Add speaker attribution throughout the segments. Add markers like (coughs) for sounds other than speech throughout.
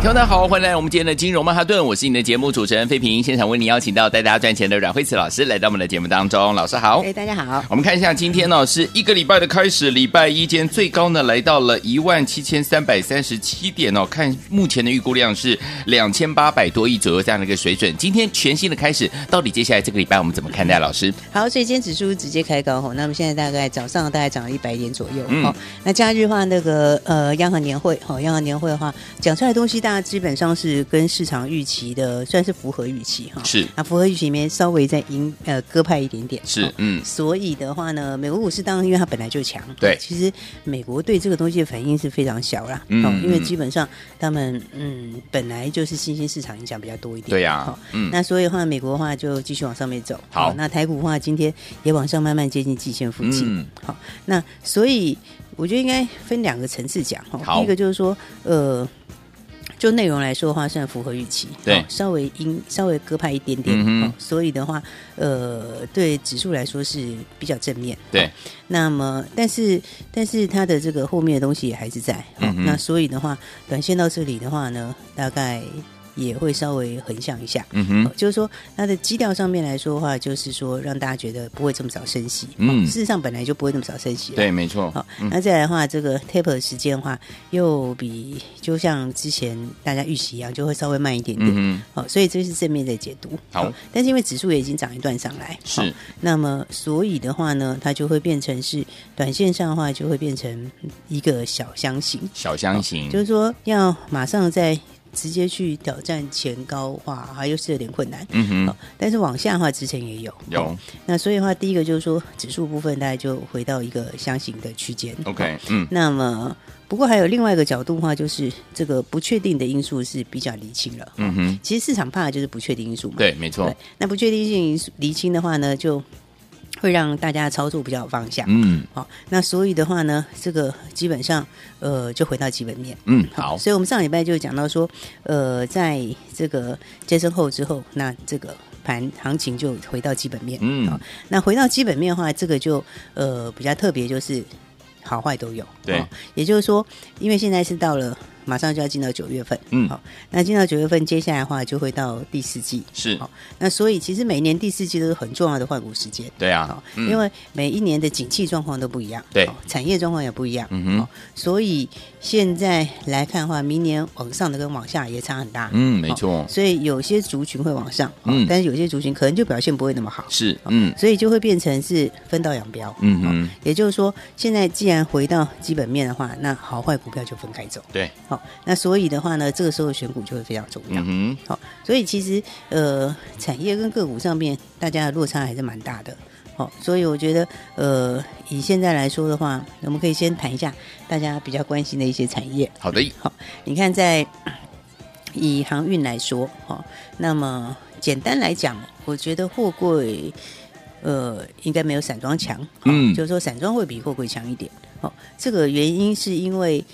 Speaker 1: 听众大家好，欢迎来我们今天的金融曼哈顿，我是你的节目主持人费平，现场为你邀请到带大家赚钱的阮慧慈老师来到我们的节目当中，老师好。
Speaker 2: 哎，大家好。
Speaker 1: 我们看一下今天呢、是一个礼拜的开始，礼拜一今天最高呢来到了一万七千三百三十七点哦，看目前的预估量是两千八百多亿左右这样的一个水准。今天全新的开始，到底接下来这个礼拜我们怎么看待？老师，
Speaker 2: 好，所以今天指数直接开高吼，那么现在大概早上大概涨了一百点左右。
Speaker 1: 嗯
Speaker 2: 好、那假日的话，那个呃央行年会，好、央行年会的话，讲出来的东西，大家基本上是跟市场预期的，算是符合预期哈。
Speaker 1: 是
Speaker 2: 啊，符合预期里面稍微再赢呃鸽派一点点。
Speaker 1: 是
Speaker 2: 好
Speaker 1: 嗯
Speaker 2: 所以的话呢，美国股市当然因为它本来就强，
Speaker 1: 对
Speaker 2: 其实美国对这个东西的反应是非常小啦，
Speaker 1: 嗯
Speaker 2: 哦因为
Speaker 1: 嗯
Speaker 2: 基本上他们嗯本来就是新兴市场影响比较多一点，
Speaker 1: 对呀、
Speaker 2: 好
Speaker 1: 嗯
Speaker 2: 那所以的话，美国的话就继续往上面走。
Speaker 1: 好
Speaker 2: 那台股的话，今天也往上慢慢接近季线附近。
Speaker 1: 嗯
Speaker 2: 好，那所以我觉得应该分两个层次讲哈。
Speaker 1: 好
Speaker 2: 第一个就是说，呃，就内容来说的话，算符合预期，
Speaker 1: 对
Speaker 2: 哦稍微阴，稍微鸽派一点点。
Speaker 1: 嗯哼
Speaker 2: 哦所以的话，呃，对指数来说是比较正面。
Speaker 1: 对
Speaker 2: 哦那么，但是但是它的这个后面的东西也还是在。哦
Speaker 1: 嗯哼
Speaker 2: 那所以的话，短线到这里的话呢，大概也会稍微横向一下。
Speaker 1: 嗯哼
Speaker 2: 哦就是说它的基调上面来说的话，就是说让大家觉得不会这么早升息。
Speaker 1: 嗯
Speaker 2: 事实上本来就不会这么早升息。。啊
Speaker 1: 对，没错，嗯
Speaker 2: 好、那再来的话，这个 taper 的时间的话，又比就像之前大家预期一样，就会稍微慢一点点。
Speaker 1: 嗯
Speaker 2: 好、所以这是正面的解读。
Speaker 1: 好
Speaker 2: 哦但是因为指数也已经涨一段上来，
Speaker 1: 是
Speaker 2: 好那么所以的话呢，它就会变成是短线上的话，就会变成一个小箱型。
Speaker 1: 哼，小箱型，
Speaker 2: 就是说要马上再直接去挑战前高的话，还又是有点困难。
Speaker 1: 嗯哼
Speaker 2: 好，但是往下的话，之前也有哎
Speaker 1: 有
Speaker 2: 那所以的话，第一个就是说指数部分大概就回到一个箱型的区间。
Speaker 1: ，OK，嗯
Speaker 2: 那么不过还有另外一个角度的话，就是这个不确定的因素是比较厘清了。
Speaker 1: 嗯哼，
Speaker 2: 其实市场怕的就是不确定因素嘛。
Speaker 1: 对，没错
Speaker 2: 对，，那不确定性因素厘清的话呢，就会让大家操作比较有方向。
Speaker 1: 嗯
Speaker 2: 好、那所以的话呢，这个基本上呃就回到基本面。
Speaker 1: 嗯，好，
Speaker 2: 所以我们上礼拜就讲到说，呃，在这个接生后之后，那这个盘行情就回到基本面。
Speaker 1: 嗯
Speaker 2: 好那回到基本面的话，这个就呃比较特别，就是好坏都有。
Speaker 1: 对
Speaker 2: 也就是说，因为现在是到了马上就要进到九月份，
Speaker 1: 嗯
Speaker 2: 好，那进到九月份，接下来的话就会到第四季。
Speaker 1: 是，
Speaker 2: 好那所以其实每年第四季都是很重要的换股时间。
Speaker 1: 对啊
Speaker 2: 好，，
Speaker 1: 嗯
Speaker 2: 因为每一年的景气状况都不一样，
Speaker 1: 对
Speaker 2: 哦产业状况也不一样，
Speaker 1: 嗯哼
Speaker 2: 哦，所以现在来看的话，明年往上的跟往下也差很大，
Speaker 1: 嗯，没
Speaker 2: 哦
Speaker 1: 错，
Speaker 2: 所以有些族群会往上，哦
Speaker 1: 嗯
Speaker 2: 但是有些族群可能就表现不会那么好，
Speaker 1: 是，嗯
Speaker 2: 所以就会变成是分道扬镳，
Speaker 1: 嗯哼
Speaker 2: 哦也就是说，现在既然回到基本面的话，那好坏股票就分开走，
Speaker 1: 对，
Speaker 2: 好、那所以的话呢，这个时候选股就会非常重要。
Speaker 1: 嗯
Speaker 2: 好，所以其实呃，产业跟个股上面大家的落差还是蛮大的。好，所以我觉得呃，以现在来说的话，我们可以先谈一下大家比较关心的一些产业。
Speaker 1: 哼，好的，
Speaker 2: 你看在，以航运来说，哈，那么简单来讲，我觉得货柜呃应该没有散装强，哈
Speaker 1: 嗯
Speaker 2: 就是说散装会比货柜强一点。哦，这个原因是因为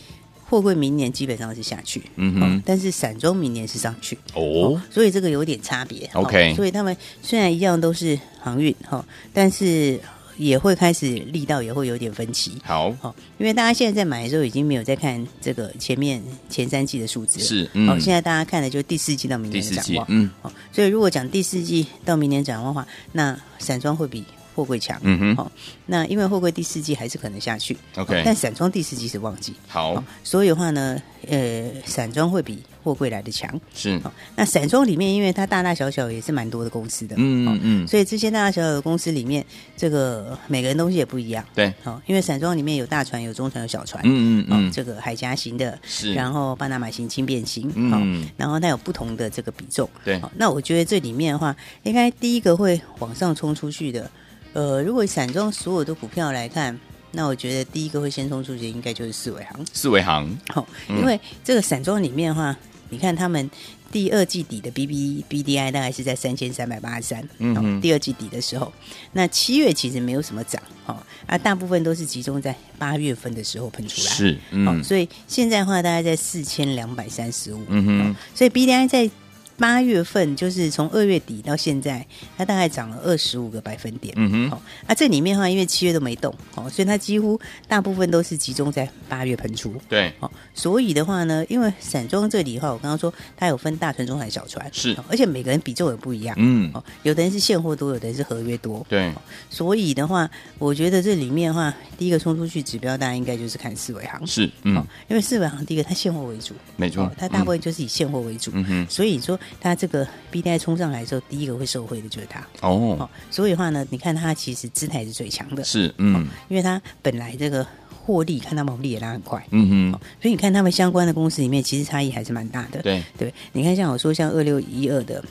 Speaker 2: 货柜明年基本上是下去，
Speaker 1: 嗯
Speaker 2: 哦
Speaker 1: 哼，
Speaker 2: 但是散装明年是上去。
Speaker 1: 哦，
Speaker 2: 所以这个有点差别。
Speaker 1: OK
Speaker 2: 哦所以他们虽然一样都是航运哈、哦但是也会开始力道也会有点分歧。
Speaker 1: 好，
Speaker 2: 哦，因为大家现在在买的时候已经没有在看这个前面前三季的数字了，
Speaker 1: 是，
Speaker 2: 哦，
Speaker 1: 嗯，
Speaker 2: 现在大家看的就是第四季到明
Speaker 1: 第
Speaker 2: 年的
Speaker 1: 四
Speaker 2: 展
Speaker 1: 季
Speaker 2: 望，，
Speaker 1: 嗯
Speaker 2: 哦，所以如果讲第四季到明年展望的话，那散装会比货柜强，
Speaker 1: 嗯哼
Speaker 2: 哦，那因为货柜第四季还是可能下去哦
Speaker 1: ，OK，
Speaker 2: 但散装第四季是旺季，
Speaker 1: 好
Speaker 2: 哦，，所以的话呢，呃，散装会比货柜来的强，
Speaker 1: 是，
Speaker 2: 好，那散装里面，因为它大大小小也是蛮多的公司的，
Speaker 1: 嗯
Speaker 2: 好
Speaker 1: 嗯，
Speaker 2: 所以这些大大小小的公司里面，这个每个人东西也不一样，
Speaker 1: 对，
Speaker 2: 好，因为散装里面有大船、有中船、有小船，
Speaker 1: 嗯嗯
Speaker 2: 哦
Speaker 1: 嗯，
Speaker 2: 这个海峡型的，
Speaker 1: 是，
Speaker 2: 然后巴拿马型、轻便型，好
Speaker 1: 嗯，
Speaker 2: 然后它有不同的这个比重，
Speaker 1: 对
Speaker 2: 好，那我觉得这里面的话，应该第一个会往上冲出去的，呃，如果散装所有的股票来看。那我觉得第一个会先冲出去，应该就是四维行。
Speaker 1: 四维行，
Speaker 2: 好，
Speaker 1: 嗯
Speaker 2: 因为这个散装里面的话，你看他们第二季底的 B B B D I 大概是在三千三百八十三，
Speaker 1: 嗯哼
Speaker 2: 哦第二季底的时候，那七月其实没有什么涨，哦，啊，大部分都是集中在八月份的时候喷出来，
Speaker 1: 是，
Speaker 2: 哦，
Speaker 1: 嗯
Speaker 2: 所以现在的话大概在四千两百三十五，
Speaker 1: 嗯哼，
Speaker 2: 所以 B D I 在八月份，就是从二月底到现在，它大概涨了二十五个百分点。
Speaker 1: 嗯哼，
Speaker 2: 好、那、这里面的话，因为七月都没动，哦，所以它几乎大部分都是集中在八月喷出。
Speaker 1: 对，
Speaker 2: 哦，所以的话呢，因为散装这里的话，我刚刚说它有分大船、中船、小船，
Speaker 1: 是
Speaker 2: 哦而且每个人比重也不一样。
Speaker 1: 嗯
Speaker 2: 哦，有的人是现货多，有的人是合约多。
Speaker 1: 对，
Speaker 2: 所以的话，我觉得这里面的话，第一个冲出去指标，大家应该就是看四维行。
Speaker 1: 是，
Speaker 2: 哦
Speaker 1: 嗯，，
Speaker 2: 因为四维行第一个它现货为主，
Speaker 1: 没错
Speaker 2: 哦，它大部分就是以现货为主，
Speaker 1: 嗯哼，
Speaker 2: 所以你说它这个 B D I 冲上来之后，第一个会受惠的就是它。
Speaker 1: 哦
Speaker 2: 哦，，所以的话呢，你看它其实姿态是最强的，
Speaker 1: 是，嗯
Speaker 2: 因为它本来这个获利，看它毛利也拉很快。
Speaker 1: 嗯
Speaker 2: 哦
Speaker 1: 哼，
Speaker 2: 所以你看他们相关的公司里面，其实差异还是蛮大的。
Speaker 1: 对，
Speaker 2: 对，你看像我说像二六一二的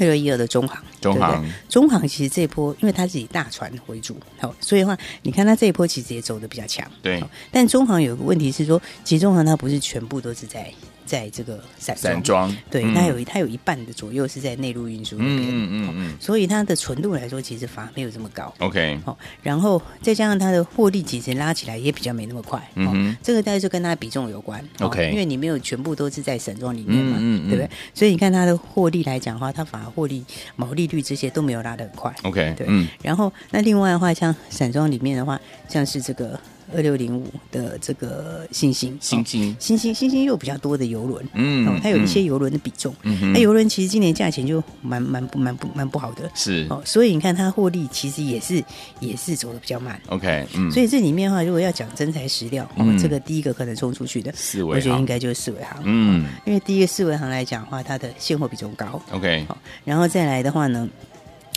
Speaker 2: 二六一二的中行，
Speaker 1: 中
Speaker 2: 对不
Speaker 1: 行
Speaker 2: 对，中行其实这一波，因为它是以大船为主，好、所以的话，你看它这一波其实也走的比较强。
Speaker 1: 对
Speaker 2: 好，但中行有个问题是说，其实中行它不是全部都是在在这个散
Speaker 1: 散装，
Speaker 2: 对，
Speaker 1: 嗯
Speaker 2: 它有一它有一半的左右是在内陆运输那边，哦
Speaker 1: 嗯嗯嗯嗯
Speaker 2: 所以它的纯度来说，其实反而没有这么高。
Speaker 1: ，OK，
Speaker 2: 哦，然后再加上它的获利其实拉起来也比较没那么快，
Speaker 1: 嗯哼
Speaker 2: 哦，这个大概就跟它的比重有关、哦
Speaker 1: OK
Speaker 2: 因为你没有全部都是在散装里面嘛，
Speaker 1: 嗯嗯嗯
Speaker 2: 对不对？所以你看它的获利来讲的话，它反而获利、毛利率这些都没有拉得很快。
Speaker 1: OK，
Speaker 2: 对，
Speaker 1: 嗯，
Speaker 2: 然后那另外的话，像散装里面的话，像是这个二六零五的这个星星，
Speaker 1: 星
Speaker 2: 哦
Speaker 1: 星，
Speaker 2: 星星星星又比较多的游轮，
Speaker 1: 嗯
Speaker 2: 哦，它有一些
Speaker 1: 嗯
Speaker 2: 游轮的比重，
Speaker 1: 嗯哼
Speaker 2: 那游轮其实今年价钱就蛮蛮不蛮不蛮不好的，
Speaker 1: 嗯是
Speaker 2: 哦，所以你看它获利其实也是也是走的比较慢。
Speaker 1: ，OK，嗯，
Speaker 2: 所
Speaker 1: 以
Speaker 2: 以这里面的话，如果要讲真材实料，哦，
Speaker 1: 嗯
Speaker 2: 这个第一个可能冲出去的，
Speaker 1: 四维
Speaker 2: 我觉得
Speaker 1: 行
Speaker 2: 应该就是四维行，
Speaker 1: 嗯
Speaker 2: 因为第一个四维行来讲的话，它的现货比重高，
Speaker 1: ，OK，
Speaker 2: 哦，然后再来的话呢，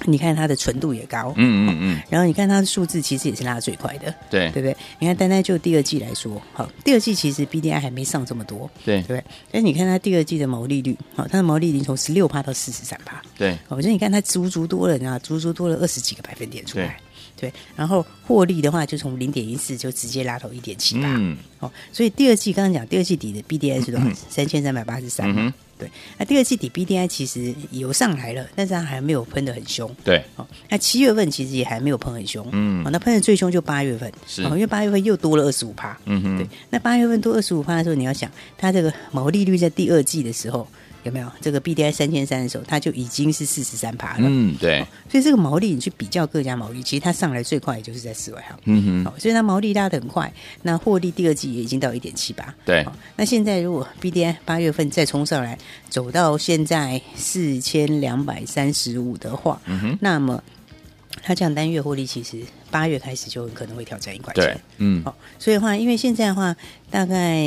Speaker 2: 你看它的纯度也高，
Speaker 1: 嗯嗯嗯，
Speaker 2: 然后你看它的数字其实也是拉最快的，
Speaker 1: 对
Speaker 2: 对不对？你看单单就第二季来说，好、第二季其实 B D I 还没上这么多，
Speaker 1: 对
Speaker 2: 对不对？但你看它第二季的毛利率，好、它的毛利率从十六趴到四十三趴，
Speaker 1: 对
Speaker 2: 我觉得你看它足足多了，你知道，足足多了二十几个百分点出来。对，然后获利的话，就从零点一四就直接拉到一点七八。
Speaker 1: 嗯
Speaker 2: 哦，所以第二季刚刚讲第二季底的 BDI 是多少？三千三百八十
Speaker 1: 嗯
Speaker 2: 三
Speaker 1: 哼。
Speaker 2: 对，那第二季底 BDI 其实有上来了，但是它还没有喷得很凶。
Speaker 1: 对，
Speaker 2: 哦，那七月份其实也还没有喷很凶，
Speaker 1: 嗯
Speaker 2: 哦，那喷的最凶就八月份，
Speaker 1: 是
Speaker 2: 哦，因为八月份又多了二十五趴，
Speaker 1: 嗯哼
Speaker 2: 对，那八月份多二十五趴的时候，你要想它这个毛利率在第二季的时候有没有这个 B D I 三千三的时候，它就已经是四十三趴了，
Speaker 1: 嗯对，
Speaker 2: 所以这个毛利你去比较各家毛利，其实它上来最快也就是在四维行，
Speaker 1: 嗯哼，
Speaker 2: 哦，所以它毛利拉得很快，那获利第二季也已经到一点七八，
Speaker 1: 对
Speaker 2: 哦，那现在如果 B D I 八月份再冲上来，走到现在四千两百三十五的话，
Speaker 1: 嗯
Speaker 2: 那么它这样单月获利其实八月开始就很可能会挑战一块
Speaker 1: 对
Speaker 2: 钱，，
Speaker 1: 嗯
Speaker 2: 哦，所以的话，因为现在的话大概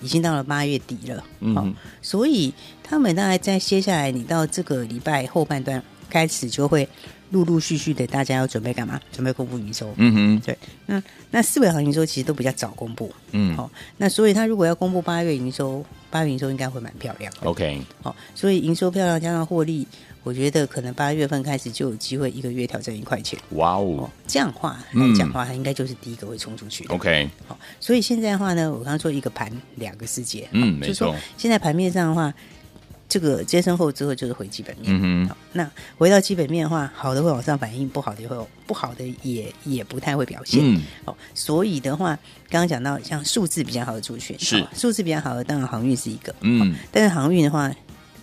Speaker 2: 已经到了八月底了，
Speaker 1: 嗯
Speaker 2: 哦，所以他们大概在接下来你到这个礼拜后半段开始就会陆陆续续的，大家要准备干嘛？准备公布营收，
Speaker 1: 嗯哼，
Speaker 2: 对，那那四维行营收其实都比较早公布，
Speaker 1: 嗯
Speaker 2: 好、那所以他如果要公布八月营收，八月营收应该会蛮漂亮的。
Speaker 1: ，OK，
Speaker 2: 好、所以营收漂亮加上获利，我觉得可能八月份开始就有机会一个月挑战一块钱。
Speaker 1: 哇
Speaker 2: 哦
Speaker 1: 哦，
Speaker 2: 这样话来
Speaker 1: 嗯
Speaker 2: 讲话，它应该就是第一个会冲出去的。
Speaker 1: ，OK，
Speaker 2: 好、所以现在的话呢，我刚刚说一个盘两个世界，
Speaker 1: 嗯
Speaker 2: 就
Speaker 1: 没
Speaker 2: 是说
Speaker 1: 错，
Speaker 2: 现在盘面上的话，这个接身后之后就是回基本面。
Speaker 1: 嗯哼
Speaker 2: 好，那回到基本面的话，好的会往上反应，不好的也会不好的也也不太会表现。
Speaker 1: 嗯
Speaker 2: 哦，所以的话，刚刚讲到像数字比较好的族群，
Speaker 1: 是
Speaker 2: 哦数字比较好的，当然航运是一个，
Speaker 1: 嗯
Speaker 2: 但是航运的话，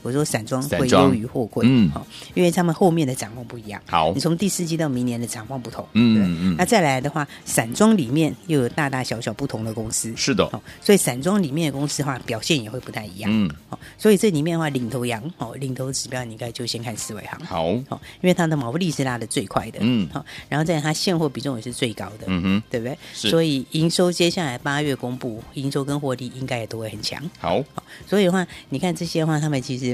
Speaker 2: 我说散装
Speaker 1: 散
Speaker 2: 会
Speaker 1: 装
Speaker 2: 优于货柜，
Speaker 1: 嗯
Speaker 2: 哦，因为他们后面的展望不一样，
Speaker 1: 好
Speaker 2: 你，从第四季到明年的展望不同，
Speaker 1: 嗯
Speaker 2: 对
Speaker 1: 嗯
Speaker 2: 那再来的话，散装里面又有大大小小不同的公司，
Speaker 1: 是的，
Speaker 2: 哦，所以散装里面的公司的话，表现也会不太一样，
Speaker 1: 嗯
Speaker 2: 哦，所以这里面的话，领头羊哦，领头指标你应该就先看四维行，
Speaker 1: 好，
Speaker 2: 哦，因为它的毛利是拉的最快的，
Speaker 1: 嗯
Speaker 2: 好、然后再来它现货比重也是最高的，
Speaker 1: 嗯哼，
Speaker 2: 对不对？
Speaker 1: 是
Speaker 2: 所以营收接下来八月公布，营收跟获利应该也都会很强。
Speaker 1: 好，
Speaker 2: 好，所以的话，你看这些的话，他们其实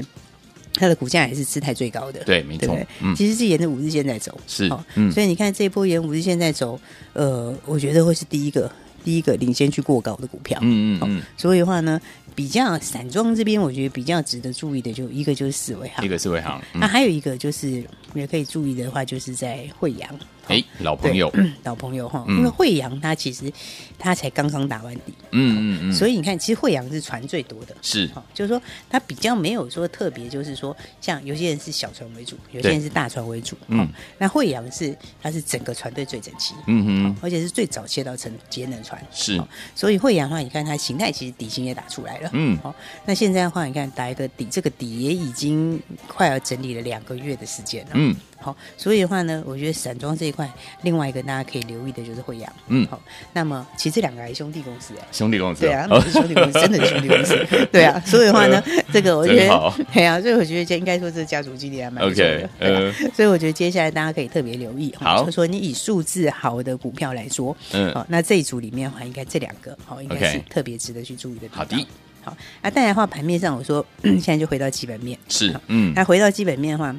Speaker 2: 它的股价也是姿态最高的，
Speaker 1: 对没
Speaker 2: 对不
Speaker 1: 错
Speaker 2: 对
Speaker 1: 嗯
Speaker 2: 其实是沿着五日线在走，
Speaker 1: 是
Speaker 2: 好
Speaker 1: 嗯
Speaker 2: 所以你看这一波沿五日线在走，呃，我觉得会是第一个第一个领先去过高的股票，
Speaker 1: 嗯嗯
Speaker 2: 好
Speaker 1: 嗯，
Speaker 2: 所以的话呢，比较散装这边，我觉得比较值得注意的就一个就是四维行
Speaker 1: 嗯一。个四维行，
Speaker 2: 哦那、
Speaker 1: 嗯
Speaker 2: 还有一个就是也可以注意的话，就是在惠阳，
Speaker 1: 哎，老朋友，
Speaker 2: 对老朋友哈，
Speaker 1: 嗯
Speaker 2: 因为惠阳它其实它才刚刚打完底，
Speaker 1: 嗯嗯嗯，
Speaker 2: 所
Speaker 1: 以
Speaker 2: 以你看，其实惠阳是船最多的。
Speaker 1: 是
Speaker 2: 哦，就是说它比较没有说特别，就是说像有些人是小船为主，有些人是大船为主。
Speaker 1: 嗯
Speaker 2: 哦，那惠阳是它是整个船队最整齐，
Speaker 1: 嗯哼
Speaker 2: 而且是最早接到成节能船。
Speaker 1: 是
Speaker 2: 哦所以惠阳的话，你看它形态其实底型也打出来了。
Speaker 1: 嗯
Speaker 2: 哦，那现在的话，你看打一个底，这个底也已经快要整理了两个月的时间了。
Speaker 1: 嗯
Speaker 2: 好、所以的话呢，我觉得散装这一块，另外一个大家可以留意的就是惠阳。
Speaker 1: 嗯
Speaker 2: 好、那么其实这两个还是兄弟公司哎、
Speaker 1: 兄弟公司
Speaker 2: 对啊，他们是兄弟公司，真的是兄弟公司，
Speaker 1: (laughs)
Speaker 2: 对啊，所以的话呢，这个我觉
Speaker 1: 呃哦真好
Speaker 2: 得，对啊，所以我觉得这应该说这家族基地还蛮不错的
Speaker 1: OK，
Speaker 2: 对啊
Speaker 1: 呃
Speaker 2: 所以我觉得接下来大家可以特别留意，哦
Speaker 1: 好
Speaker 2: 就说你以数字好的股票来说，
Speaker 1: 嗯
Speaker 2: 啊好，那这一组里面的话，应该这两个，好，应该
Speaker 1: OK
Speaker 2: 是特别值得去注意的地方。
Speaker 1: 好的，
Speaker 2: 好，那当然的话，盘面上我说 (coughs) 现在就回到基本面，
Speaker 1: 是
Speaker 2: 好
Speaker 1: 嗯
Speaker 2: 那回到基本面的话，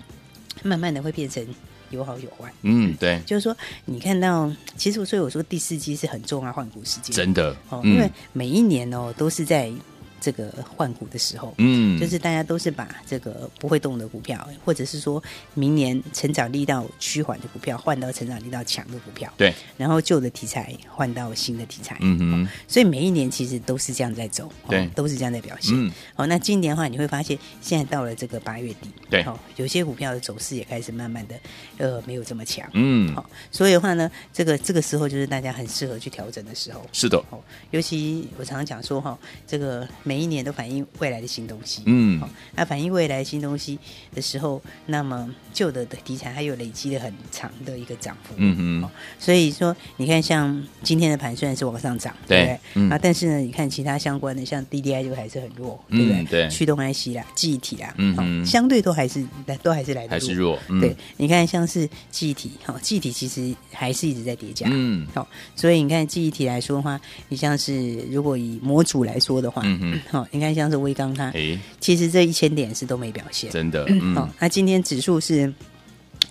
Speaker 2: 慢慢的会变成有好有坏。
Speaker 1: 嗯对，
Speaker 2: 就是说，你看到，其实所以我说第四季是很重要换股时间，
Speaker 1: 真的
Speaker 2: 哦，因为
Speaker 1: 嗯
Speaker 2: 每一年哦都是在这个换股的时候。
Speaker 1: 嗯
Speaker 2: 就是大家都是把这个不会动的股票，或者是说明年成长力道趋缓的股票，换到成长力道强的股票，
Speaker 1: 对
Speaker 2: 然后旧的题材换到新的题材，
Speaker 1: 嗯哼
Speaker 2: 所以每一年其实都是这样在走，哦
Speaker 1: 对
Speaker 2: 都是这样在表现。
Speaker 1: 嗯
Speaker 2: 好、那今年的话，你会发现现在到了这个八月底，
Speaker 1: 对
Speaker 2: 哦，有些股票的走势也开始慢慢的，呃，没有这么强，
Speaker 1: 嗯
Speaker 2: 好、所以的话呢，这个这个时候就是大家很适合去调整的时候。
Speaker 1: 是的
Speaker 2: 哦，尤其我常常讲说哈、这个每一年都反映未来的新东西。
Speaker 1: 嗯
Speaker 2: 哦，那反映未来新东西的时候，那么旧的题材它有累积了很长的一个涨幅。
Speaker 1: 嗯哼
Speaker 2: 哦所以说，你看像今天的盘虽然是往上涨，
Speaker 1: 对
Speaker 2: 对不对？
Speaker 1: 嗯
Speaker 2: 啊，但是呢，你看其他相关的，像 DDI 就还是很弱，
Speaker 1: 嗯
Speaker 2: 对不对？
Speaker 1: 对
Speaker 2: 驱动 IC 啦、记忆体啦，
Speaker 1: 嗯哼
Speaker 2: 哦相对都还是都还是来的
Speaker 1: 还是弱嗯
Speaker 2: 对，你看像是记忆体，哈、记忆体其实还是一直在叠加。
Speaker 1: 嗯
Speaker 2: 好、所以你看记忆体来说的话，你像是如果以模组来说的话，
Speaker 1: 嗯哼
Speaker 2: 好、你看像是微刚它，
Speaker 1: 哎
Speaker 2: 其实这一千点是都没表现，
Speaker 1: 真的
Speaker 2: 好、
Speaker 1: 嗯
Speaker 2: 那今天指数是，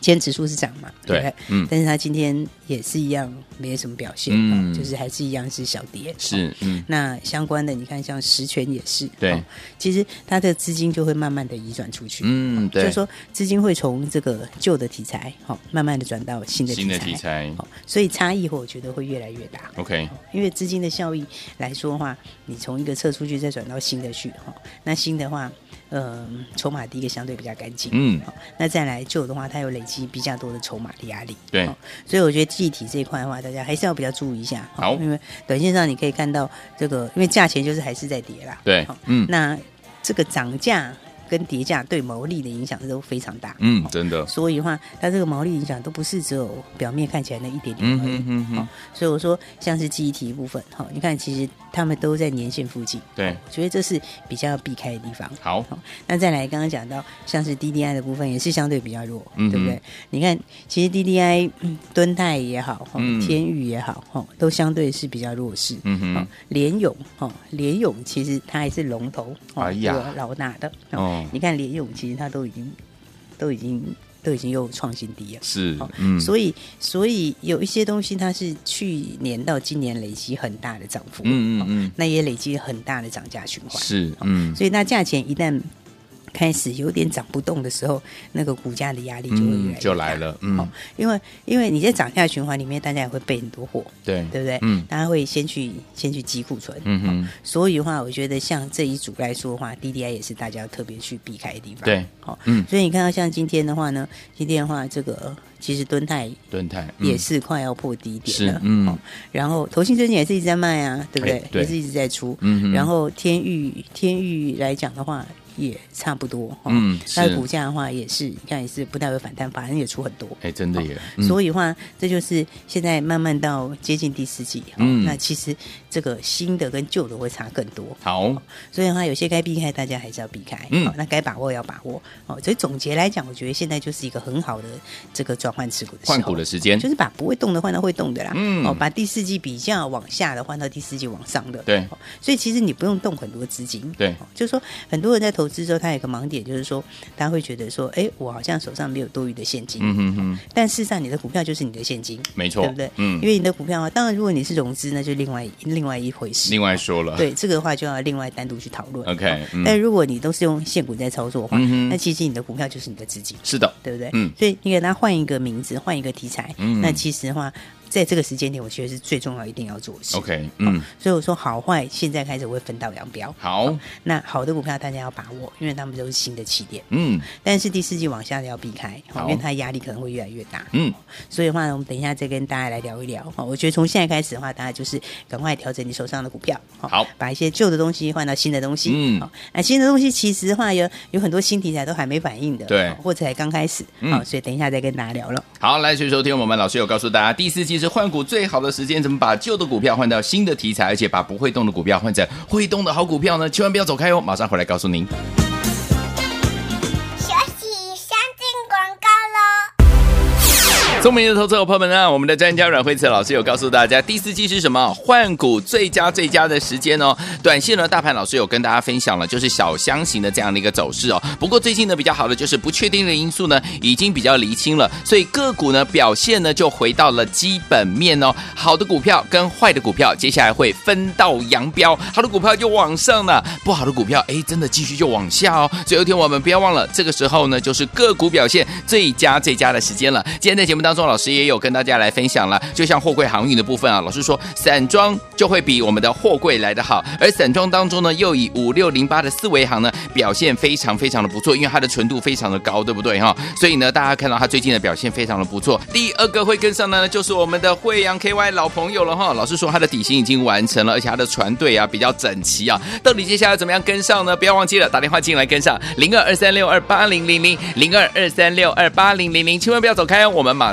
Speaker 2: 今天指数是涨嘛？
Speaker 1: 对
Speaker 2: 不对
Speaker 1: 嗯
Speaker 2: 但是它今天也是一样没什么表现，
Speaker 1: 嗯
Speaker 2: 哦就是还是一样是小跌。哦
Speaker 1: 是嗯
Speaker 2: 那相关的，你看像实权也是，
Speaker 1: 对
Speaker 2: 哦其实它的资金就会慢慢的移转出去，
Speaker 1: 嗯
Speaker 2: 就
Speaker 1: 对
Speaker 2: 是说资金会从这个旧的题材，好、慢慢的转到新的题
Speaker 1: 新
Speaker 2: 材，
Speaker 1: 的题材
Speaker 2: 哦所以差异我觉得会越来越大。
Speaker 1: OK
Speaker 2: 因为资金的效益来说的话，你从一个撤出去再转到新的去哈，那新的话，呃，筹码第一个相对比较干净，
Speaker 1: 嗯
Speaker 2: 好，那再来旧的话，它有累积比较多的筹码的压力，
Speaker 1: 对
Speaker 2: 好所以我觉得记忆体这一块的话，大家还是要比较注意一下，哦
Speaker 1: 好
Speaker 2: 因为短线上你可以看到这个，因为价钱就是还是在跌啦，
Speaker 1: 对
Speaker 2: 好
Speaker 1: 嗯
Speaker 2: 那这个涨价跟跌价对毛利的影响都非常大，
Speaker 1: 嗯
Speaker 2: 好
Speaker 1: 真的
Speaker 2: 所以的话，它这个毛利影响都不是只有表面看起来那一点
Speaker 1: 嗯
Speaker 2: 点而已。
Speaker 1: 哼哼哼
Speaker 2: 哦所以我说像是记忆体部分，哈、你看其实他们都在年线附近，
Speaker 1: 对
Speaker 2: 我觉得这是比较避开的地方。
Speaker 1: 好
Speaker 2: 好、那再来刚刚讲到像是 DDI 的部分也是相对比较弱，
Speaker 1: 嗯哼
Speaker 2: 对不对？你看其实 DDI 嗯敦泰也好，哈、
Speaker 1: 嗯
Speaker 2: 天宇也好，哈、都相对是比较弱势。
Speaker 1: 嗯
Speaker 2: 哦
Speaker 1: 哼
Speaker 2: 联勇哈，联勇其实它还是龙头，哦
Speaker 1: 哎呀
Speaker 2: 这个老大的。
Speaker 1: 哦
Speaker 2: 你看联勇其实它都已经都已经都已经又创新低了。
Speaker 1: 是
Speaker 2: 好
Speaker 1: 嗯
Speaker 2: 所以，所以有一些东西它是去年到今年累积很大的涨幅，
Speaker 1: 嗯嗯
Speaker 2: 哦
Speaker 1: 嗯
Speaker 2: 那也累积了很大的涨价循环。
Speaker 1: 是嗯
Speaker 2: 所以那价钱一旦开始有点涨不动的时候，那个股价的压力就会越来越
Speaker 1: 嗯
Speaker 2: 大
Speaker 1: 就来了
Speaker 2: 哦
Speaker 1: 嗯
Speaker 2: 因为因为你在涨价循环里面，大家也会备很多货，
Speaker 1: 对
Speaker 2: 对不对？
Speaker 1: 嗯
Speaker 2: 大家会先去先去积库存，
Speaker 1: 嗯
Speaker 2: 哦
Speaker 1: 哼
Speaker 2: 所以的话，我觉得像这一组来说的话，DDI 也是大家要特别去避开的地方。
Speaker 1: 对，
Speaker 2: 好、
Speaker 1: 嗯
Speaker 2: 所以你看到像今天的话呢，今天的话，这个呃其实敦泰
Speaker 1: 盾泰嗯
Speaker 2: 也是快要破低点了
Speaker 1: 是，嗯
Speaker 2: 哦然后投信最近也是一直在卖啊，对不对？
Speaker 1: 哎对
Speaker 2: 也是一直在出，
Speaker 1: 嗯哼
Speaker 2: 然后天域天域来讲的话。也差不多，哦
Speaker 1: 嗯
Speaker 2: 它
Speaker 1: 是
Speaker 2: 的股价的话也是，你看也是不太会反弹，反正也出很多，
Speaker 1: 哎真的耶嗯
Speaker 2: 所以的话，这就是现在慢慢到接近第四季，哦
Speaker 1: 嗯
Speaker 2: 那其实这个新的跟旧的会差更多，
Speaker 1: 好
Speaker 2: 所以的话，有些该避开，大家还是要避开。哦
Speaker 1: 嗯
Speaker 2: 好那该把握要把握。哦，所以总结来讲，我觉得现在就是一个很好的这个转换持股的时候
Speaker 1: 换股的时间
Speaker 2: 就是把不会动的换到会动的啦。
Speaker 1: 嗯
Speaker 2: 哦，把第四季比较往下的换到第四季往上的。
Speaker 1: 对
Speaker 2: 哦所以其实你不用动很多资金。
Speaker 1: 对
Speaker 2: 哦就是说很多人在投投资之后，它有一个盲点，就是说他会觉得说，哎，我好像手上没有多余的现金，
Speaker 1: 嗯哼哼，
Speaker 2: 但事实上你的股票就是你的现金，
Speaker 1: 没错，
Speaker 2: 对不对？
Speaker 1: 嗯
Speaker 2: 因，为你的股票啊，当然如果你是融资，那就另外一另外一回事。
Speaker 1: 另外说了，
Speaker 2: 对这个的话就要另外单独去讨论。哦
Speaker 1: ，OK，
Speaker 2: 但
Speaker 1: 嗯，
Speaker 2: 如果你都是用现股在操作的话，
Speaker 1: 嗯哼
Speaker 2: 那其实你的股票就是你的资金，
Speaker 1: 是的，
Speaker 2: 对不对？
Speaker 1: 嗯
Speaker 2: 所以你给它换一个名字，换一个题材，
Speaker 1: 嗯
Speaker 2: 那其实的话，在这个时间点，我觉得是最重要一定要做的事。
Speaker 1: ，OK，嗯，
Speaker 2: 所以我说好坏现在开始我会分道扬镳。
Speaker 1: 好，
Speaker 2: 那好的股票大家要把握，因为他们都是新的起点，
Speaker 1: 嗯
Speaker 2: 但是第四季往下的要避开，哦
Speaker 1: 好
Speaker 2: 因为它压力可能会越来越大。
Speaker 1: 嗯，
Speaker 2: 所以的话呢，我们等一下再跟大家来聊一聊。哦，我觉得从现在开始的话，大家就是赶快调整你手上的股票，哦
Speaker 1: 好
Speaker 2: 把一些旧的东西换到新的东西。
Speaker 1: 嗯
Speaker 2: 哦，那新的东西其实的话有有很多新题材都还没反应的，
Speaker 1: 对
Speaker 2: 哦或者才刚开始。
Speaker 1: 嗯
Speaker 2: 好，所以等一下再跟大家聊了。
Speaker 1: 好，来，所以说，听我们老师有告诉大家，第四季是换股最好的时间，怎么把旧的股票换到新的题材，而且把不会动的股票换成会动的好股票呢？千万不要走开哦，马上回来告诉您。
Speaker 3: 学习先进广告喽。
Speaker 1: 聪明的投资者朋友们啊，我们的专家阮慧慈老师有告诉大家，第四季是什么？换股最佳最佳的时间哦。短线呢，大盘老师有跟大家分享了，就是小箱型的这样的一个走势哦。不过最近呢，比较好的就是不确定的因素呢，已经比较厘清了，所以个股呢表现呢就回到了基本面哦。好的股票跟坏的股票，接下来会分道扬镳，好的股票就往上了，不好的股票哎，真的继续就往下哦。所以有一天我们不要忘了，这个时候呢，就是个股表现最佳最佳的时间了。今天在节目当中，老师也有跟大家来分享了，就像货柜航运的部分啊，老师说散装就会比我们的货柜来得好，而散装当中呢，又以五六零八的四维航呢表现非常非常的不错，因为它的纯度非常的高，对不对哈、所以呢，大家看到它最近的表现非常的不错。第二个会跟上的呢，就是我们的惠阳 KY 老朋友了哈、老师说它的底薪已经完成了，而且它的船队啊比较整齐啊，到底接下来怎么样跟上呢？不要忘记了打电话进来跟上零二二三六二八零零零零二二三六二八零零零，千万不要走开哦，我们马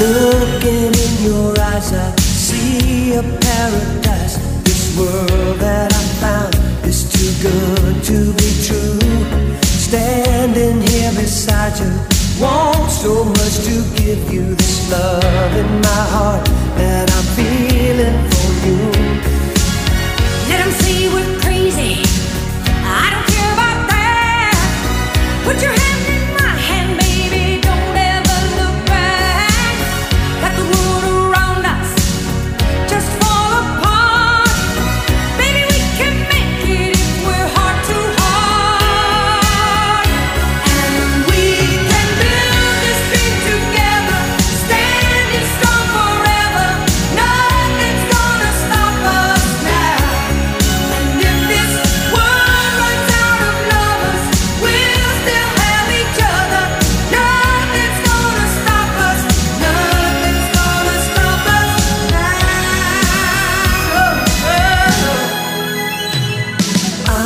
Speaker 4: Looking in your eyes, I see a paradise. This world that I found is too good to be true. Standing here beside you, want so much to give you this love in my heart that I'm feeling for you.
Speaker 5: Let 'em see we're crazy. I don't care about that. Put your hand in my hand, baby. Don't ever look back. Let the world around us just fall apart. Baby, we can make it if we're heart to heart. And we can build this thing together, standing strong forever. Nothing's gonna Oh,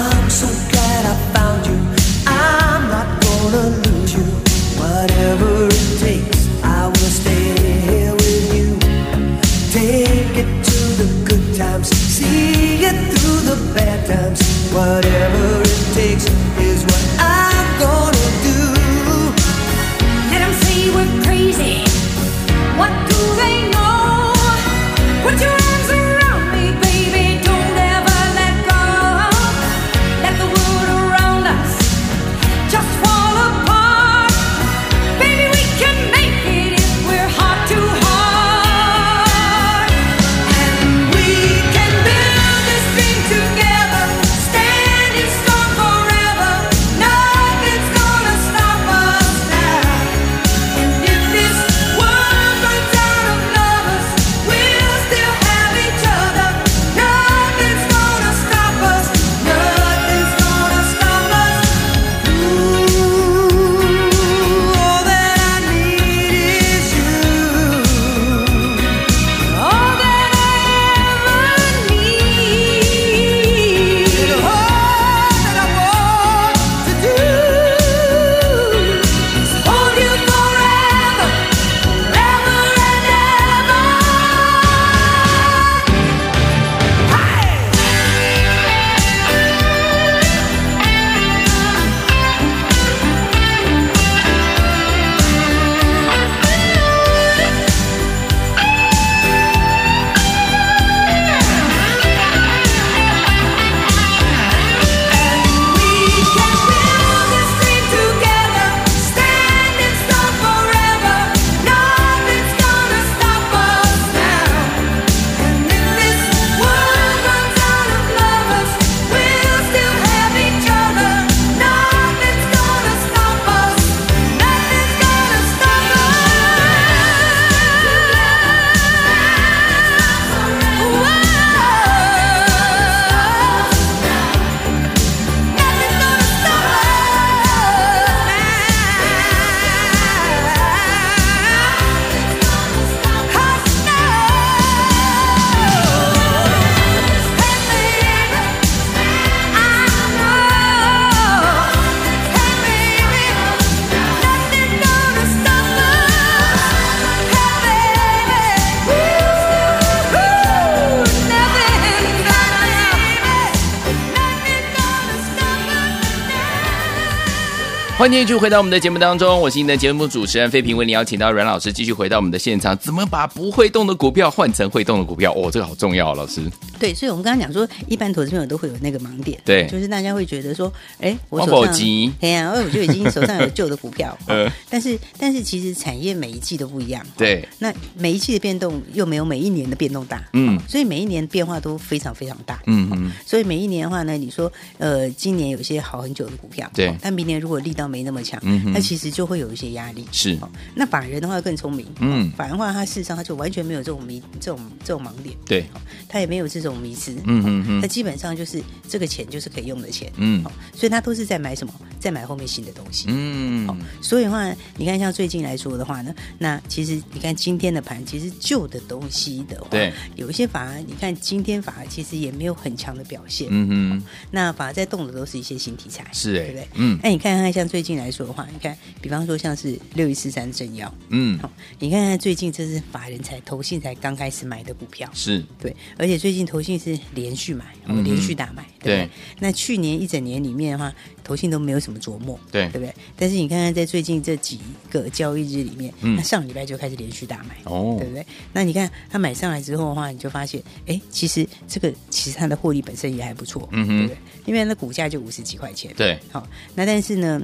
Speaker 1: 欢迎继续回到我们的节目当中，我是你的节目主持人费平，为你邀请到阮老师继续回到我们的现场，怎么把不会动的股票换成会动的股票？哦，这个好重要，老师。
Speaker 2: 对，所以我们刚刚讲说，一般投资朋友都会有那个盲点，
Speaker 1: 对
Speaker 2: 就是大家会觉得说，哎，我
Speaker 1: 我
Speaker 2: 手
Speaker 1: 没
Speaker 2: 上
Speaker 1: 钱，
Speaker 2: 哎呀，哎我就已经手上有旧的股
Speaker 1: (laughs)
Speaker 2: 票，
Speaker 1: 呃
Speaker 2: 哦但是但是其实产业每一季都不一样，哦
Speaker 1: 对，
Speaker 2: 那每一季的变动又没有每一年的变动大，
Speaker 1: 嗯
Speaker 2: 所以每一年变化都非常非常大，
Speaker 1: 嗯嗯，
Speaker 2: 所以每一年的话呢，你说呃，今年有些好很久的股票，
Speaker 1: 对
Speaker 2: 哦但明年如果力道没那么强，
Speaker 1: 嗯哼
Speaker 2: 那其实就会有一些压力。
Speaker 1: 是
Speaker 2: 哦，那法人的话更聪明，
Speaker 1: 嗯
Speaker 2: 哦法人的话他事实上他就完全没有这种迷这种这种盲点，
Speaker 1: 对
Speaker 2: 哦，他也没有这种迷失，
Speaker 1: 嗯哼哼
Speaker 2: 那基本上就是这个钱就是可以用的钱，
Speaker 1: 嗯
Speaker 2: 哦，所以他都是在买什么，在买后面新的东西，
Speaker 1: 嗯，
Speaker 2: 所以的话，你看像最近来说的话呢，那其实你看今天的盘，其实旧的东西的话，
Speaker 1: 对，
Speaker 2: 有一些反而你看今天反而其实也没有很强的表现，
Speaker 1: 嗯哼，
Speaker 2: 那反而在动的都是一些新题材，
Speaker 1: 是
Speaker 2: 对不
Speaker 1: 哎
Speaker 2: 对，？
Speaker 1: 嗯
Speaker 2: 那你看看像最近来说的话，你看，比方说像是六一四三正要，
Speaker 1: 嗯
Speaker 2: 哦，你看看最近这是法人才投信才刚开始买的股票，
Speaker 1: 是，
Speaker 2: 对，而且最近投信是连续买，
Speaker 1: 嗯
Speaker 2: 我
Speaker 1: 哼
Speaker 2: 们连续大买，对不对？
Speaker 1: 对
Speaker 2: 那去年一整年里面的话，投信都没有什么琢磨，
Speaker 1: 对
Speaker 2: 对不对？但是你看看在最近这几个交易日里面，
Speaker 1: 嗯
Speaker 2: 那上礼拜就开始连续大买。
Speaker 1: 哦
Speaker 2: 对不对？那你看他买上来之后的话，你就发现，哎，其实这个其实它的获利本身也还不错，
Speaker 1: 嗯哼
Speaker 2: 对不对？因为那股价就五十几块钱，
Speaker 1: 对
Speaker 2: 好，那但是呢，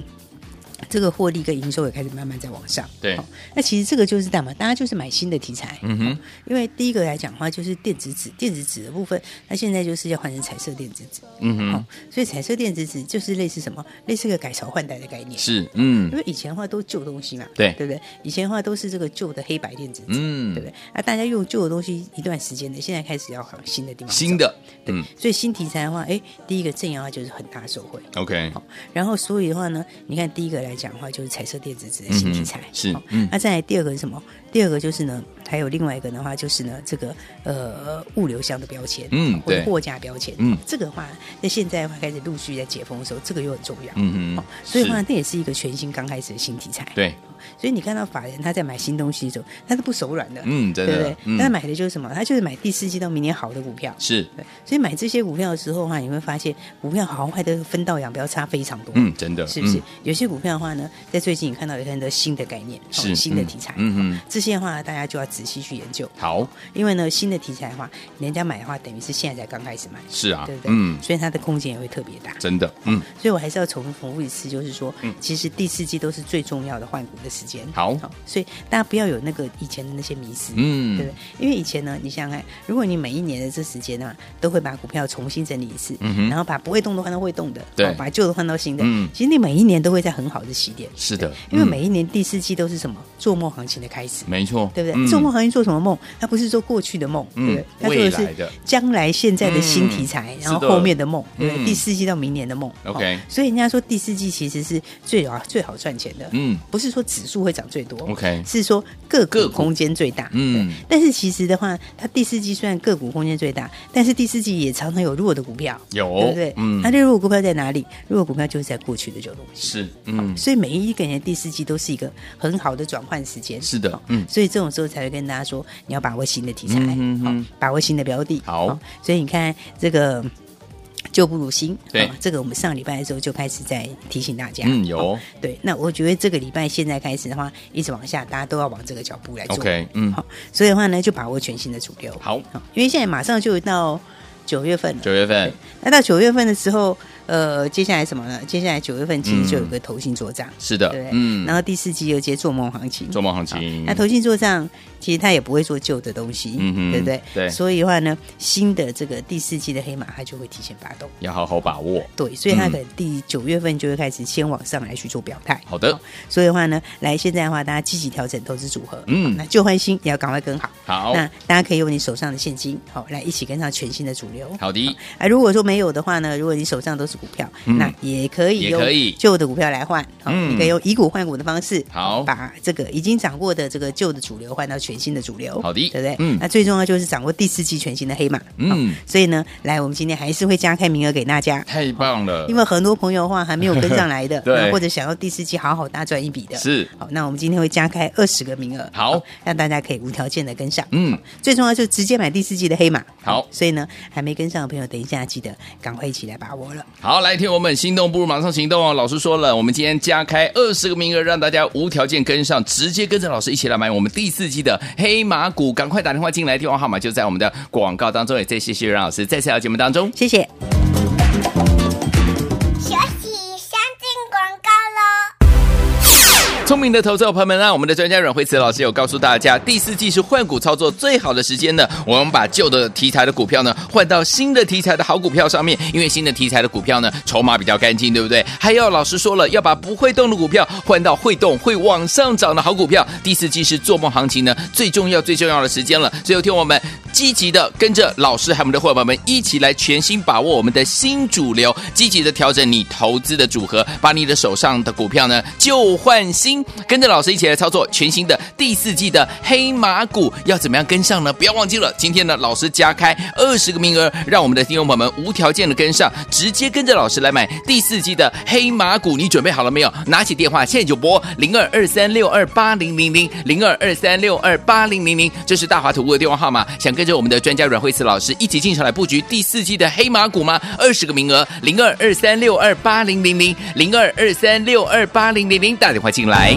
Speaker 2: 这个获利跟营收也开始慢慢在往上，
Speaker 1: 对
Speaker 2: 好那其实这个就是干嘛？大家就是买新的题材，
Speaker 1: 嗯哼
Speaker 2: 好因为第一个来讲的话，就是电子纸，电子纸的部分，它现在就是要换成彩色电子纸，
Speaker 1: 嗯
Speaker 2: 好
Speaker 1: 哼，
Speaker 2: 所以彩色电子纸就是类似什么，类似个改朝换代的概念，
Speaker 1: 是，嗯
Speaker 2: 因为以前的话都旧东西嘛，
Speaker 1: 对
Speaker 2: 对不对？以前的话都是这个旧的黑白电子纸，对不
Speaker 1: 嗯，
Speaker 2: 对？那、大家用旧的东西一段时间的，现在开始要往新的地方走，
Speaker 1: 新的，
Speaker 2: 对，
Speaker 1: 嗯
Speaker 2: 所以新题材的话，哎，第一个正阳的话就是很大受惠。
Speaker 1: ，OK，
Speaker 2: 好，然后所以的话呢，你看第一个来讲的话，就是彩色电子纸的新题材、
Speaker 1: 嗯哼是
Speaker 2: 好
Speaker 1: 嗯
Speaker 2: 那再来第二个是什么？第二个就是呢，还有另外一个的话，就是呢，这个呃物流箱的标签，哦
Speaker 1: 嗯
Speaker 2: 或者
Speaker 1: 对
Speaker 2: 货架标签，
Speaker 1: 嗯
Speaker 2: 这个的话在现在的话开始陆续在解封的时候，这个又很重要，
Speaker 1: 嗯哼
Speaker 2: 好，所以的话
Speaker 1: 是
Speaker 2: 那也是一个全新刚开始的新题材，
Speaker 1: 对，
Speaker 2: 所以你看到法人他在买新东西的时候，他是不手软的，
Speaker 1: 嗯，真
Speaker 2: 对不
Speaker 1: 的
Speaker 2: 对，？他
Speaker 1: 嗯，
Speaker 2: 买的就是什么？他就是买第四季到明年好的股票，
Speaker 1: 是，
Speaker 2: 对，所以买这些股票的时候的话，你会发现股票好坏的分道扬镳差非常多，
Speaker 1: 嗯，真的，
Speaker 2: 是不是？
Speaker 1: 嗯？
Speaker 2: 有些股票的话呢，在最近你看到有很多新的概念，哦
Speaker 1: 是
Speaker 2: 新的题材，哦
Speaker 1: 嗯嗯
Speaker 2: 这些的话大家就要仔细去研究，
Speaker 1: 哼，好，
Speaker 2: 因为呢，新的题材的话，人家买的话，等于是现在才刚开始买，
Speaker 1: 是啊
Speaker 2: 对不，对？
Speaker 1: 嗯，
Speaker 2: 所以它的空间也会特别大。哦
Speaker 1: 真的，嗯，
Speaker 2: 所以我还是要重重复一次，就是说，其实第四季都是最重要的换股的时间。哦
Speaker 1: 好
Speaker 2: 所以大家不要有那个以前的那些迷失，
Speaker 1: 嗯
Speaker 2: 对不对？因为以前呢，你想想看，如果你每一年的这时间啊，都会把股票重新整理一次，
Speaker 1: 嗯哼
Speaker 2: 然后把不会动的换到会动的，
Speaker 1: 对
Speaker 2: 哦把旧的换到新的，
Speaker 1: 嗯
Speaker 2: 其实你每一年都会在很好的起点，
Speaker 1: 是的，
Speaker 2: 因为
Speaker 1: 嗯
Speaker 2: 每一年第四季都是什么做梦行情的开始。
Speaker 1: 没错，
Speaker 2: 对不
Speaker 1: 嗯
Speaker 2: 对？做梦行业做什么梦？它不是做过去的梦，
Speaker 1: 嗯
Speaker 2: 对不对？它做
Speaker 1: 未来
Speaker 2: 是
Speaker 1: 的
Speaker 2: 将来现在的新题材
Speaker 1: 嗯，
Speaker 2: 然后
Speaker 1: 是的
Speaker 2: 后面的梦，对不
Speaker 1: 嗯
Speaker 2: 对？第四季到明年的梦。
Speaker 1: OK
Speaker 2: 哦所以人家说第四季其实是最好最好赚钱的，
Speaker 1: 嗯
Speaker 2: 不是说指数会涨最多
Speaker 1: OK
Speaker 2: 是说个
Speaker 1: 个
Speaker 2: 股
Speaker 1: 股
Speaker 2: 空间最大，
Speaker 1: 嗯
Speaker 2: 对。但是其实的话，它第四季虽然个股空间最大，但是第四季也常常有弱的股票，
Speaker 1: 有
Speaker 2: 对不对？
Speaker 1: 嗯
Speaker 2: 那这弱股票在哪里？弱股票就是在过去的旧东西。
Speaker 1: 是，嗯，
Speaker 2: 所以每一个人的第四季都是一个很好的转换时间。
Speaker 1: 是的
Speaker 2: 哦
Speaker 1: 嗯
Speaker 2: 所以这种时候才会跟大家说，你要把握新的题材，
Speaker 1: 嗯哼
Speaker 2: 好
Speaker 1: 哼
Speaker 2: 把握新的标的。
Speaker 1: 好
Speaker 2: 哦所以你看这个。旧不如新，
Speaker 1: 对
Speaker 2: 哦这个我们上礼拜的时候就开始在提醒大家。
Speaker 1: 嗯，有
Speaker 2: 对，那我觉得这个礼拜现在开始的话，一直往下，大家都要往这个脚步来做。
Speaker 1: ，OK，嗯，
Speaker 2: 好，所以的话呢，就把握全新的主流。
Speaker 1: 好，
Speaker 2: 因为现在马上就到九月份了，
Speaker 1: 九月份，
Speaker 2: 那到九月份的时候，呃，接下来什么呢？接下来九月份其实就有个投信做账，
Speaker 1: 是的
Speaker 2: 对不对，
Speaker 1: 嗯
Speaker 2: 然，后第四季又接做梦行情，
Speaker 1: 做梦行情，
Speaker 2: 那投信做账，其实它也不会做旧的东西，
Speaker 1: 嗯哼
Speaker 2: 对不对？
Speaker 1: 对
Speaker 2: 所以的话呢，新的这个第四季的黑马，它就会提前发动。
Speaker 1: 要好好把握。
Speaker 2: 对，所以它
Speaker 1: 嗯
Speaker 2: 可能第九月份就会开始先往上来去做表态。
Speaker 1: 好的，
Speaker 2: 所以的话呢，来现在的话，大家积极调整投资组合，
Speaker 1: 嗯
Speaker 2: 好那旧换新也要赶快跟好。
Speaker 1: 好，
Speaker 2: 那大家可以用你手上的现金，好、来一起跟上全新的主流。
Speaker 1: 好的，
Speaker 2: 啊，如果说没有的话呢，如果你手上都是股票，
Speaker 1: 嗯
Speaker 2: 那也可以
Speaker 1: 也
Speaker 2: 用
Speaker 1: 可以
Speaker 2: 旧的股票来换，好、
Speaker 1: 嗯
Speaker 2: 你可以用以股换股的方式，
Speaker 1: 好
Speaker 2: 把这个已经掌握的这个旧的主流换到全新的主流，
Speaker 1: 好的
Speaker 2: 对不对？
Speaker 1: 嗯
Speaker 2: 那最重要就是掌握第四季全新的黑马，
Speaker 1: 嗯
Speaker 2: 好所以呢，来，我们今天还是会加开名额给大家。
Speaker 1: 太棒了，，
Speaker 2: 因为很多朋友的话还没有跟上来的
Speaker 1: (laughs) 对
Speaker 2: 那或者想要第四季好好大赚一笔的，
Speaker 1: 是
Speaker 2: 好，那我们今天会加开二十个名额，
Speaker 1: 好
Speaker 2: 让大家可以无条件的跟上。
Speaker 1: 嗯，
Speaker 2: 最重要就是直接买第四季的黑马。
Speaker 1: 好
Speaker 2: 所以呢，还没跟上的朋友，等一下记得赶快一起来把握了。
Speaker 1: 好，来，听我们心动不如马上行动哦。老师说了，我们今天加开二十个名额，让大家无条件跟上，直接跟着老师一起来买我们第四季的黑马股。赶快打电话进来，电话号码就在我们的广告当中。也再谢谢阮老师，在这条节目当中。
Speaker 2: 谢谢。
Speaker 3: 学习先进广告喽。
Speaker 1: 聪明的投资者朋友们啊，我们的专家阮慧慈老师有告诉大家，第四季是换股操作最好的时间呢。我们把旧的题材的股票呢，换到新的题材的好股票上面，因为新的题材的股票呢，筹码比较干净，对不对？还有老师说了，要把不会动的股票换到会动、会往上涨的好股票。第四季是做梦行情呢最重要、最重要的时间了，所以听我们积极的跟着老师还有我们的伙伴们一起来全新把握我们的新主流，积极的调整你投资的组合，把你的手上的股票呢旧换新，跟着老师一起来操作全新的第四季的黑马股，要怎么样跟上呢？不要忘记了，今天呢老师加开二十个名额，让我们的听众朋友们无条件的跟上，直接跟着老师来买第四季的黑马股，你准备好了没有？拿起电话现在就拨零二二三六二八零零零零二二三六二八零零零，这是大华土屋的电话号码。想跟着我们的专家阮慧慈老师一起进场来布局第四季的黑马股吗？二十个名额，零二二三六二八零零零零二二三六二八零零零，打电话进来。